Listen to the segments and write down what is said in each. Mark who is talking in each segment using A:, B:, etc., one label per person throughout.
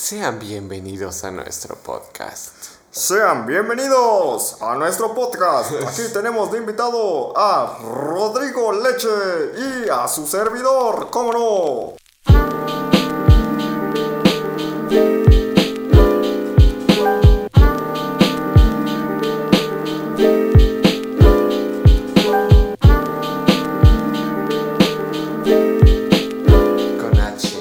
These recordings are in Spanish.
A: Sean bienvenidos a nuestro podcast.
B: Sean bienvenidos a nuestro podcast. Aquí tenemos de invitado a Rodrigo Leche y a su servidor, ¿cómo no?
A: Con H.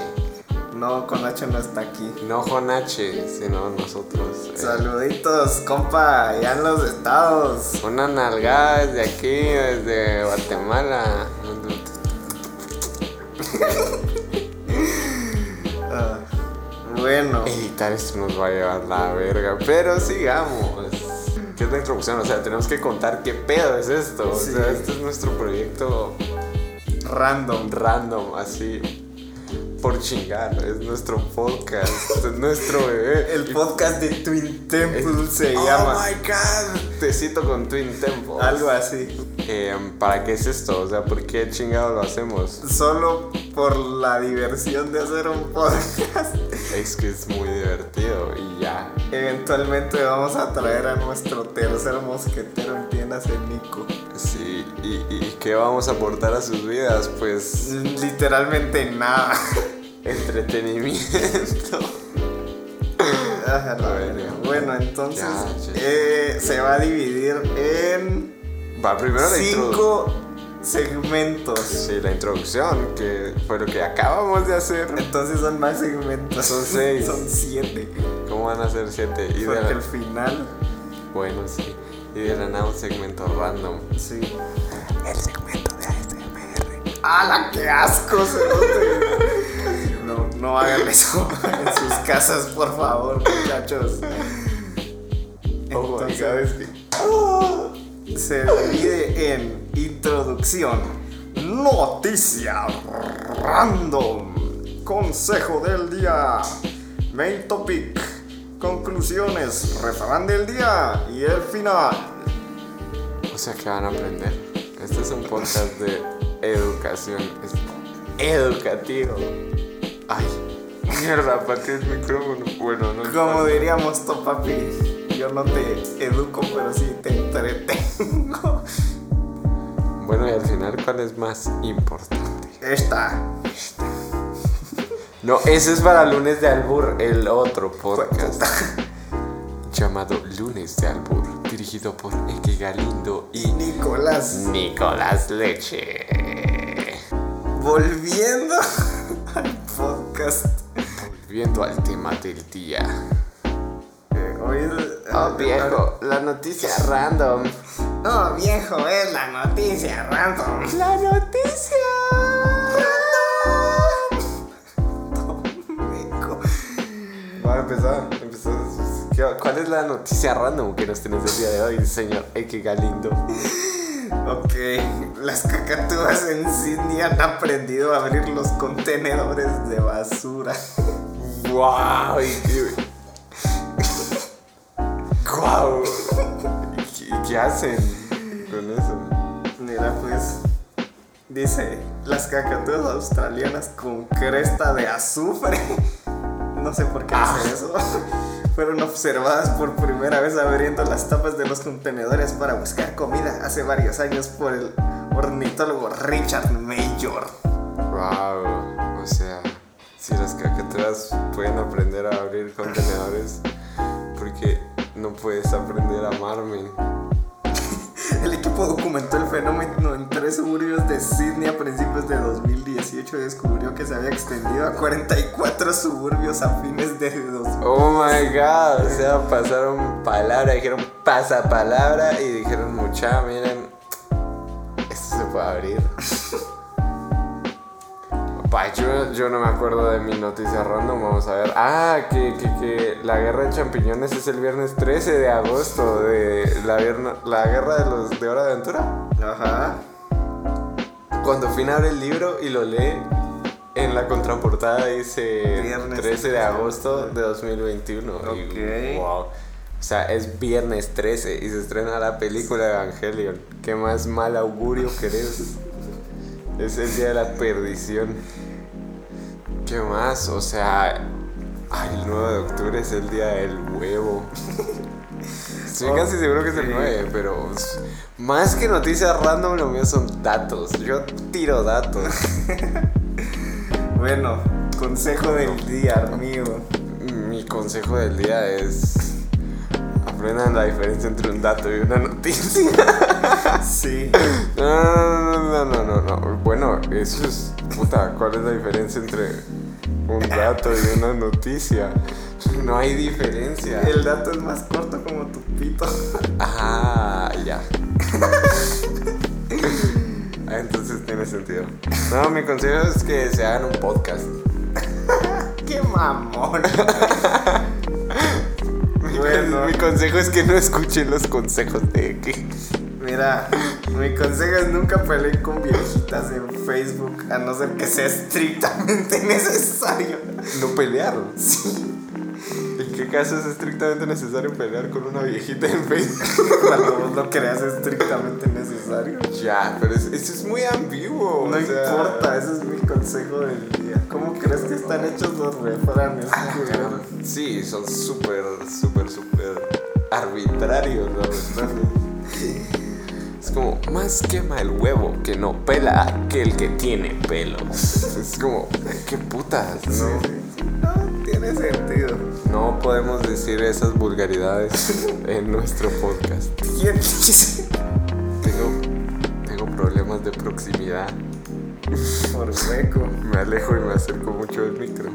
B: No, Eh. con H no está aquí.
A: No con H, sino nosotros. eh,
B: Saluditos, compa, ya en los estados.
A: una nalgada desde aquí, desde Guatemala.
B: Ah, bueno,
A: Editar esto nos va a llevar la verga, pero sigamos. ¿Qué es la introducción? O sea, tenemos que contar qué pedo es esto. O
B: Sí.
A: sea, este es nuestro proyecto
B: random.
A: random, así. Por chingar, es nuestro podcast, es nuestro bebé.
B: El podcast de Twin Temple se
A: oh
B: llama.
A: my god, te cito con Twin Temple.
B: Algo así.
A: Em, ¿Para qué es esto? O sea, ¿por qué chingados lo hacemos?
B: Solo por la diversión de hacer un podcast.
A: Es que es muy divertido y ya.
B: Eventualmente vamos a traer a nuestro tercer mosquetero en tiendas de Nico.
A: Sí, y, y- ¿y qué vamos a aportar a sus vidas? Pues
B: Literalmente nada.
A: entretenimiento.
B: Ah, la verga. bueno, entonces
A: Ya, ya.
B: eh, se va a dividir en
A: Va, primero la introducción.
B: cinco segmentos.
A: Sí, la introducción, que fue lo que acabamos de hacer.
B: Entonces son más segmentos.
A: Son seis.
B: Son siete.
A: ¿Cómo van a ser siete? Y de
B: Porque
A: la-
B: el final.
A: Bueno, sí. Y de la nada un segmento random.
B: Sí.
A: El segmento de ASMR.
B: ¡Hala, qué asco! cerote! no, no hagan eso en sus casas, por favor, muchachos.
A: Oh my God,
B: Entonces,
A: es que-
B: se divide en introducción, noticia random, consejo del día, main topic, conclusiones, refrán del día y el final.
A: O sea, que van a aprender? Este es un podcast de educación. Es educativo. Ay, mierda, partí el micrófono. Bueno, no.
B: Como diríamos tu papi, yo no te educo, pero sí te entretengo.
A: Bueno, y al final, ¿cuál es más importante?
B: Esta.
A: No, ese es para lunes de albur, el otro podcast. llamado Lunes de Albur, dirigido por Eke Galindo y
B: Nicolás,
A: Nicolás Leche.
B: volviendo al podcast.
A: Volviendo al tema del día.
B: Eh, hoy es-
A: Oh, viejo, la noticia random.
B: Oh, viejo, es la noticia random.
A: La noticia.
B: Meco.
A: Va a empezar, empezar. ¿Qué- ¿Cuál es la noticia random que nos tienes el día de hoy, señor Eke Galindo?
B: Ok, las cacatúas en Sydney han aprendido a abrir los contenedores de basura.
A: ¡Wow! ¡Wow! ¿Y qué, qué hacen con eso?
B: Mira, pues. Dice, las cacatúas australianas con cresta de azufre. No sé por qué hace eso. Fueron observadas por primera vez abriendo las tapas de los contenedores para buscar comida hace varios años por el ornitólogo Richard Mayor.
A: ¡Wow! O sea, si las cacaturas pueden aprender a abrir contenedores, porque no puedes aprender a amarme.
B: El equipo documentó el fenómeno en tres suburbios de Sydney a principios de 2018 y descubrió que se había extendido a 44 suburbios a fines de 2000.
A: Oh my god, o sea, pasaron palabra, dijeron pasapalabra y dijeron mucha, miren, esto se puede abrir. Pa, yo, yo no me acuerdo de mi noticia random, vamos a ver. Ah, que, que, que la guerra de champiñones es el viernes 13 de agosto de la, vierna- la guerra de los de Hora de Aventura.
B: Ajá.
A: Cuando Finn abre el libro y lo lee, en la contraportada dice
B: Viernes
A: 13 de agosto de 2021. Y,
B: Ok.
A: wow. O sea, es viernes 13 y se estrena la película Evangelion. ¿Qué más mal augurio querés? es el día de la perdición. ¿Qué más? O sea, Ay, el 9 de octubre es el día del huevo. Estoy
B: Oh,
A: casi seguro que es el
B: sí.
A: 9, pero pues, más que noticias random, lo mío son datos. Yo tiro datos.
B: Bueno, consejo del día, amigo.
A: Mi consejo del día es. Aprendan la diferencia entre un dato y una noticia.
B: Sí.
A: No, no, no, no, no, no, no. Bueno, eso es. Puta, ¿cuál es la diferencia entre un dato y una noticia? No hay diferencia.
B: El dato es más corto como tu pito.
A: Ah, ya. Ah, Entonces tiene sentido. No, mi consejo es que se hagan un podcast.
B: ¡Qué mamón!
A: Mi,
B: Bueno.
A: mi consejo es que no escuchen los consejos de que.
B: Mira, mi consejo es nunca peleen con viejitas en Facebook a no ser que sea estrictamente necesario.
A: No pelear. ¿En qué caso es estrictamente necesario pelear con una viejita en Facebook?
B: Cuando vos lo creas estrictamente necesario.
A: Ya, pero es- eso es muy ambiguo.
B: No
A: o sea-
B: importa, ese es mi consejo del día. ¿Cómo crees que están hechos los refranes?
A: Ah, caramba. Sí, son súper, súper, súper arbitrarios los refranes. Es como, más quema el huevo que no pela aquel que tiene pelos. Es como, qué putas,
B: Sí,
A: ¿no?
B: sí, sí. No, tiene sentido.
A: No podemos decir esas vulgaridades en nuestro podcast.
B: ¿Quién dice?
A: Tengo, tengo problemas de proximidad.
B: Por hueco.
A: Me alejo y me acerco mucho del micro.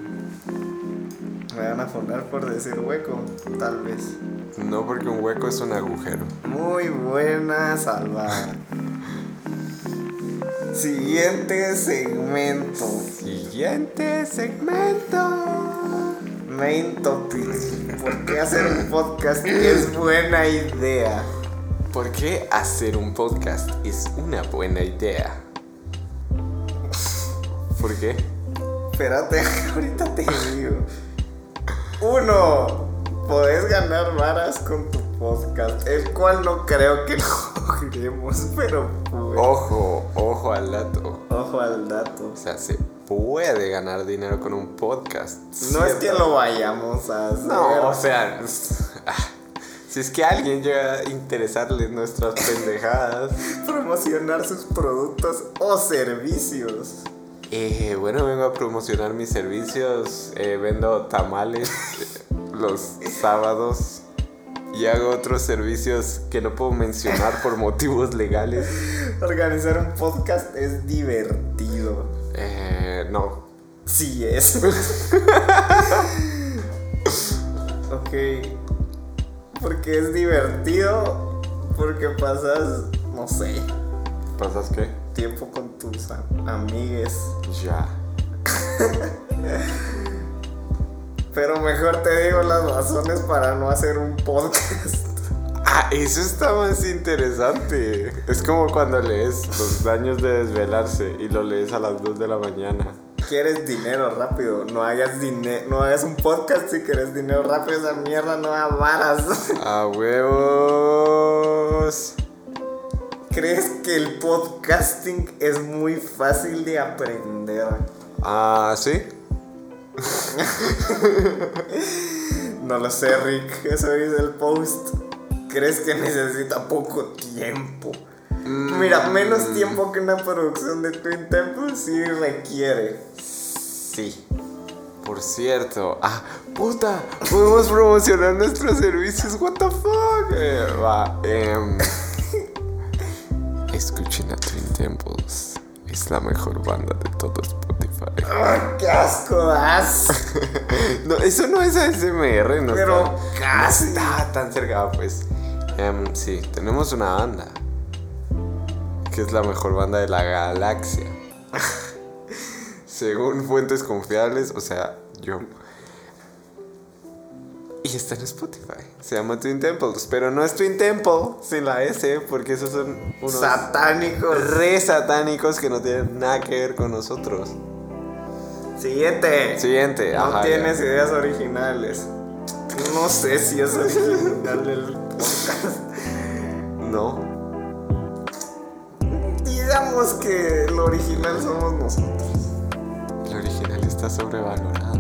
B: Me van a fonar por decir hueco, tal vez.
A: No porque un hueco es un agujero.
B: Muy buena salvada. Siguiente segmento.
A: Siguiente segmento.
B: Main topic. ¿Por qué hacer un podcast es buena idea?
A: ¿Por qué hacer un podcast es una buena idea? ¿Por qué?
B: Espérate, ahorita te digo. Uno, podés ganar varas con tu podcast, el cual no creo que logremos, pero pues,
A: Ojo, ojo al dato.
B: ojo al dato.
A: O sea, se puede ganar dinero con un podcast.
B: No es que lo vayamos a hacer.
A: No, o sea, ah, si es que alguien llega a interesarle nuestras pendejadas.
B: promocionar sus productos o servicios.
A: Eh, bueno, vengo a promocionar mis servicios. eh, vendo tamales los sábados. Y hago otros servicios que no puedo mencionar por motivos legales.
B: Organizar un podcast es divertido.
A: Eh, no.
B: Sí es. ok. Porque es divertido. Porque pasas, no sé,
A: ¿Pasas qué?
B: tiempo con tus a- amigues.
A: Ya.
B: Pero mejor te digo las razones para no hacer un podcast.
A: Ah, eso está más interesante. Es como cuando lees Los daños de desvelarse y lo lees a las 2 de la mañana.
B: Quieres dinero rápido, no hagas dinero, no hagas un podcast si quieres dinero rápido, esa mierda no da varas.
A: ¡A Ah, huevos!
B: ¿Crees que el podcasting es muy fácil de aprender?
A: Ah, sí.
B: No lo sé, Rick. Eso dice el post. ¿Crees que necesita poco tiempo?
A: Mm.
B: Mira, menos tiempo que una producción de Twin Temple sí requiere.
A: Sí. Por cierto. Ah, puta. Podemos promocionar nuestros servicios. What the fuck. Eh, va. em. escuchen a Twin Temples. Es la mejor banda de todo Spotify.
B: ¡Ah, ¡Qué asco das!
A: No, eso no es ASMR, no
B: Pero
A: está,
B: casi.
A: no está tan cerca, Ah, pues. Em, sí, tenemos una banda. Que es la mejor banda de la galaxia. Según fuentes confiables, o sea, yo. Y está en Spotify. Se llama Twin Temples. Pero no es Twin Temple sin la S, porque esos son unos
B: Satánico.
A: re satánicos que no tienen nada que ver con nosotros.
B: Siguiente.
A: Siguiente.
B: No
A: ajá, ya.
B: tienes ideas originales. No sé si es original el podcast.
A: No.
B: Digamos que lo original somos nosotros.
A: El original está sobrevalorado.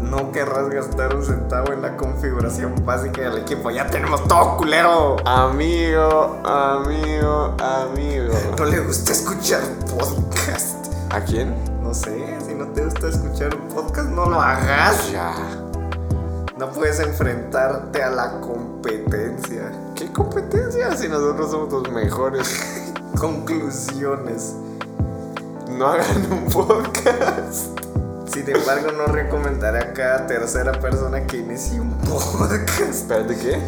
B: no querrás gastar un centavo en la configuración básica del equipo. Ya tenemos todo culero.
A: Amigo, amigo, amigo.
B: No le gusta escuchar podcast.
A: ¿A quién?
B: No sé, si no te gusta escuchar un podcast, no lo hagas.
A: Ya.
B: No puedes enfrentarte a la competencia.
A: ¿Qué competencia si nosotros somos los mejores?
B: Conclusiones.
A: No hagan un podcast.
B: Sin embargo, no recomendaré a cada tercera persona que inicie un podcast.
A: Espérate, ¿qué?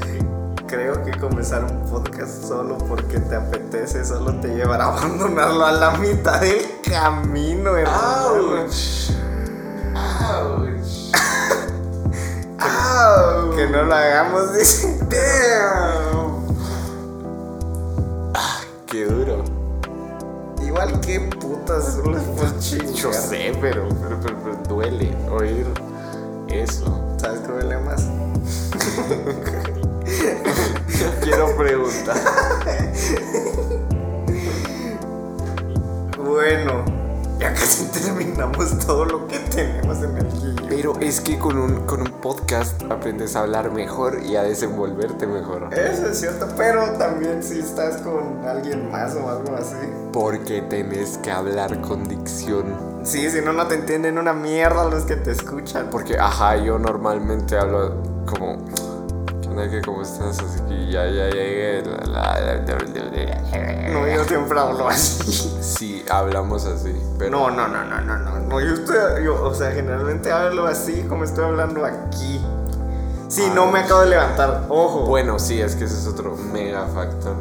B: Creo que comenzar un podcast solo porque te apetece solo te llevará a abandonarlo a la mitad del camino, hermano.
A: ¡Auch! ¡Auch!
B: Que no lo hagamos, dice. Damn.
A: Ah, ¡Qué duro!
B: Igual que putas son las por chingar.
A: Yo sé, pero, pero, pero- pero duele oír eso.
B: ¿Sabes qué duele más?
A: Quiero preguntar.
B: Bueno, ya casi terminamos todo lo que tenemos en el guión.
A: Pero es que con un, con un podcast aprendes a hablar mejor y a desenvolverte mejor.
B: Eso es cierto, pero también si estás con alguien más o algo así.
A: Porque tenés que hablar con dicción.
B: Sí, si no, no te entienden una mierda los que te escuchan.
A: Porque, ajá, yo normalmente hablo como... ¿Qué onda? ¿Qué? ¿Cómo estás? Así que ya, ya llegué. la, la, la, la, la.
B: No, yo siempre hablo así.
A: Sí, hablamos así. Pero
B: No, no, no, no, no, no. no yo estoy, yo, o sea, generalmente hablo así como estoy hablando aquí. Sí, no me acabo de levantar, ojo.
A: Ah, bueno, sí, es que ese es otro mega factor.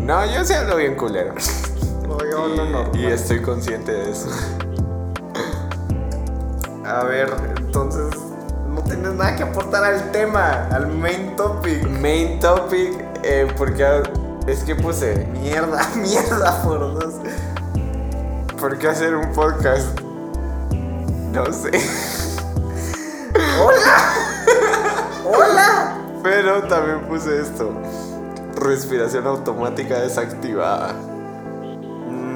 A: No, yo sí hablo bien culero.
B: No, yo hablo normal.
A: Y, y estoy consciente de eso.
B: A ver, entonces no tienes nada que aportar al tema, al main topic.
A: Main topic, eh, porque ha- es que puse,
B: Mierda, mierda por dos.
A: ¿por qué hacer un podcast? No sé,
B: ¡Hola!
A: pero también puse esto. Respiración automática desactivada.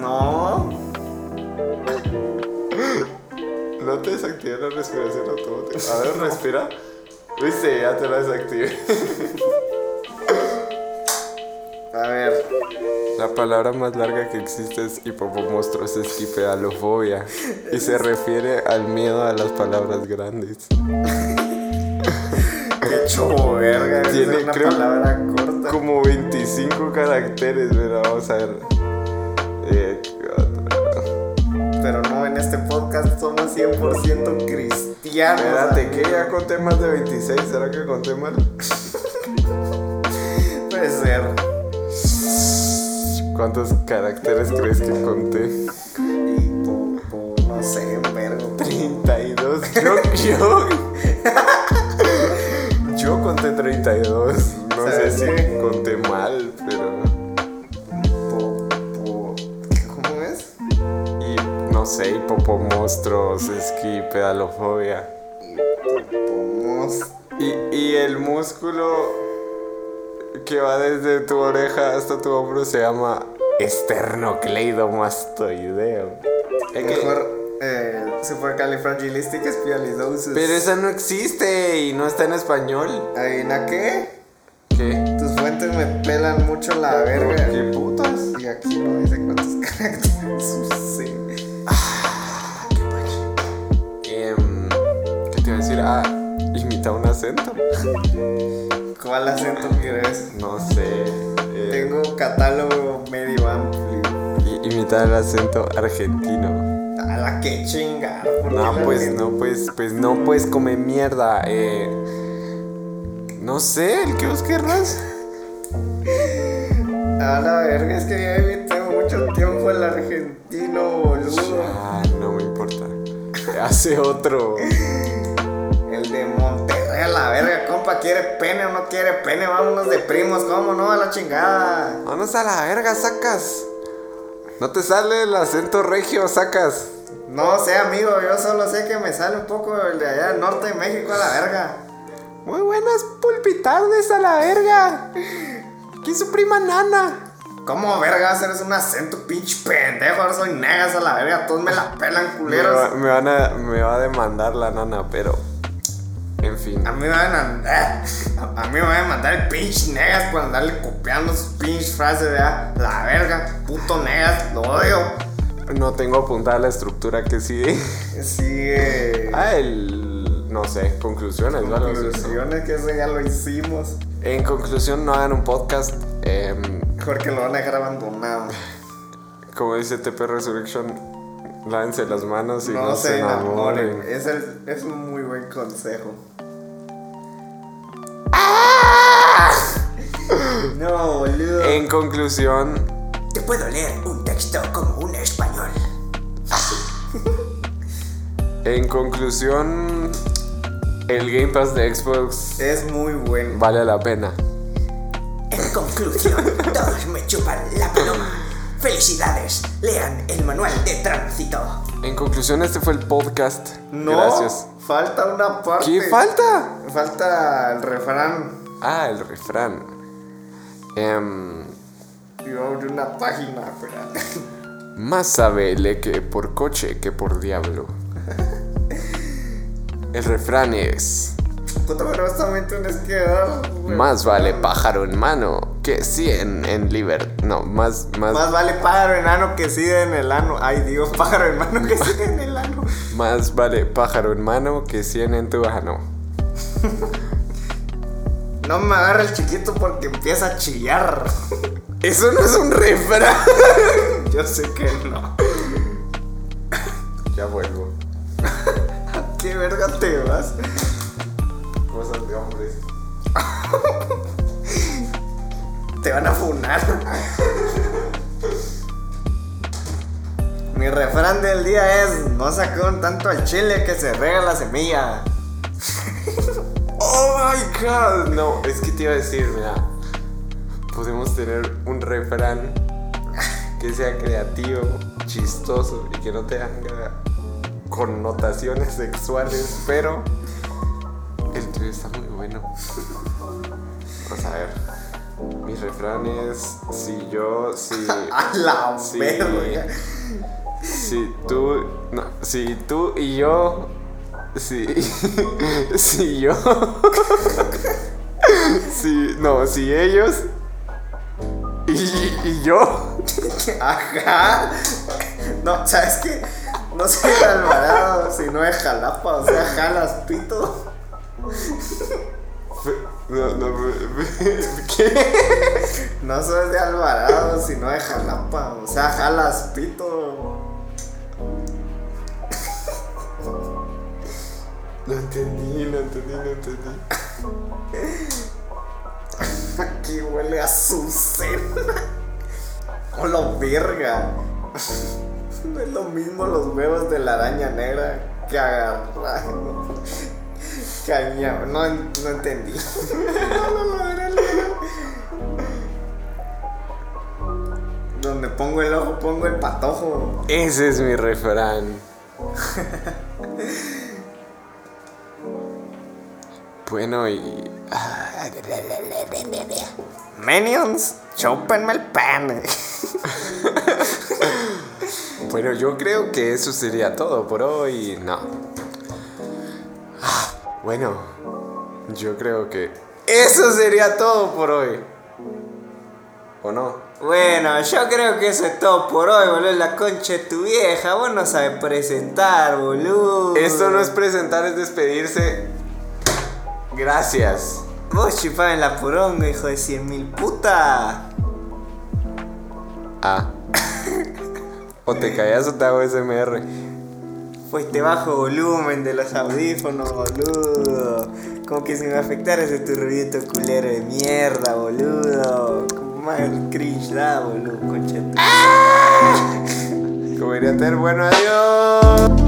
B: No.
A: No te desactivé la respiración automática. A ver, respira. Viste, ya te la desactivé.
B: A ver,
A: La palabra más larga que existe es hipopomonstruos esquipedalofobia y se refiere al miedo a las palabras grandes.
B: qué chobo, verga. esa
A: Tiene,
B: es una
A: creo-
B: palabra corta.
A: Como 25 caracteres, pero vamos a ver. Eh,
B: Pero no, en este podcast somos 100% cristianos.
A: Espérate, ¿qué? Ya conté más de 26, ¿será que conté mal?
B: Puede ser.
A: ¿Cuántos caracteres crees que conté?
B: Y po- po- no sé, vergo.
A: 32. Yo, yo. Yo conté 32. No sé
B: ¿Sabes
A: si
B: qué?
A: conté mal, pero.
B: Po- po- ¿Cómo es?
A: Y no sé, hipopo monstruos, esquí, pedalofobia.
B: Pomos.
A: Y, y el músculo que va desde tu oreja hasta tu hombro se llama esternocleidomastoideo. Es que-
B: Mejor eh, supercalifragilisticexpialidosis.
A: Pero esa no existe y no está en español.
B: ¿Adivina qué?
A: ¿Qué?
B: Tus fuentes me pelan mucho la
A: ¿Por
B: verga.
A: qué putas?
B: Y aquí no dice cuántos caracteres use.
A: Ah, Em, ¿Qué te iba a decir? Ah, imita un acento.
B: ¿Cuál acento quieres?
A: No sé. eh,
B: Tengo catálogo medio amplio.
A: i- imitar el acento argentino.
B: A la que chingar. ¿por
A: No,
B: qué la
A: pues
B: gente-
A: no, pues, pues no, pues come mierda. eh. no sé, el que vos querrás.
B: A la verga, es que ya evité mucho tiempo el argentino, boludo.
A: Ah, no me importa. Hace otro.
B: El de Monterrey, a la verga, compa, quiere pene o no quiere pene, vámonos de primos, cómo no, a la chingada.
A: Vamos a la verga, sacas. No te sale el acento regio, sacas.
B: No sé, amigo, yo solo sé que me sale un poco el de allá del norte de México, a la verga.
A: Muy buenas pulpitardes a la verga. ¿Quién es su prima nana?
B: ¿Cómo verga vas a hacer un acento, pinche pendejo? Ahora soy negas a la verga, todos me la pelan,
A: Me,
B: culeros.
A: va- me van a, me va a demandar la nana, pero En fin.
B: A mí me van a mandar. A mí me van a mandar el pinche negas por andarle copiando sus pinches frases, ¿verdad? La verga, puto negas, lo odio.
A: No tengo apuntada la estructura que sigue.
B: Sigue.
A: Ah, el. No sé, conclusiones, o algo así, ¿no?
B: Conclusiones, que eso ya lo hicimos.
A: En conclusión, no hagan un podcast. em,
B: Porque lo van a dejar abandonado.
A: como dice TP Resurrection, lávense las manos y no,
B: no
A: se enamoren.
B: Es, el- es un muy buen consejo. No, boludo.
A: ¡Ah! En conclusión,
B: Te puedo leer un texto como un español.
A: en conclusión, el Game Pass de Xbox
B: Es muy bueno.
A: vale la pena.
C: En conclusión, todos me chupan la paloma. Felicidades, lean el manual de tránsito.
A: En conclusión, este fue el podcast.
B: No,
A: Gracias.
B: falta una parte.
A: ¿Qué falta?
B: Falta el refrán.
A: Ah, el refrán. Em,
B: Yo abrí una página, espera.
A: más sabe que por coche que por diablo. El refrán es...
B: Puta, pero esta me tienes que dar. güey.
A: Más vale pájaro en mano que 100 en liber... No, más, más,
B: Más vale pájaro enano que sí en el ano. Ay, Dios, pájaro hermano que sí en el ano.
A: más vale pájaro en mano que 100 en tu ah, mano.
B: No me agarra el chiquito porque empieza a chillar.
A: Eso no es un refrán.
B: Yo sé que no.
A: Ya vuelvo.
B: ¿Qué verga te vas?
A: Cosas de hombres.
B: Te van a funar. Mi refrán del día es: No sacaron tanto al chile que se rega la semilla.
A: Oh my god. No, es que te iba a decir, mira. Podemos tener un refrán que sea creativo, chistoso y que no tenga connotaciones sexuales, pero el tuyo está muy bueno. Vamos a ver. Mi refrán es si yo, si,
B: A la
A: Sí.
B: verga.
A: si tú, no, si tú y yo, si, si yo, si, no, si ellos y, y yo.
B: Ajá. No, ¿sabes qué? No soy de Alvarado, sino de Jalapa, o sea, jalas pito.
A: No, no, ¿qué?
B: No soy de Alvarado, sino de Jalapa, o sea, jalas pito.
A: No entendí, no entendí, no entendí.
B: Aquí huele a azucena. Hola, verga. No es lo mismo los huevos de la araña negra que agarrar. Caña, no, en- no entendí. Donde pongo el ojo, pongo el patojo.
A: Ese es mi refrán. Bueno, y
B: Minions, chúpenme el pan.
A: Bueno, yo creo que eso sería todo por hoy. No. Ah, Bueno, yo creo que eso sería todo por hoy. ¿O no?
B: Bueno, yo creo que eso es todo por hoy, boludo. La concha de tu vieja, vos no sabes presentar, boludo.
A: Esto no es presentar, es despedirse. Gracias.
B: Vos chupás en la poronga, hijo de cien mil puta.
A: Ah. O te callas o te hago SMR.
B: Pues te bajo volumen de los audífonos, boludo. Como que si me afectara ese turbito culero de mierda, boludo. Como más cringe da, boludo, concha de tu
A: Como diría Ter, bueno, adiós.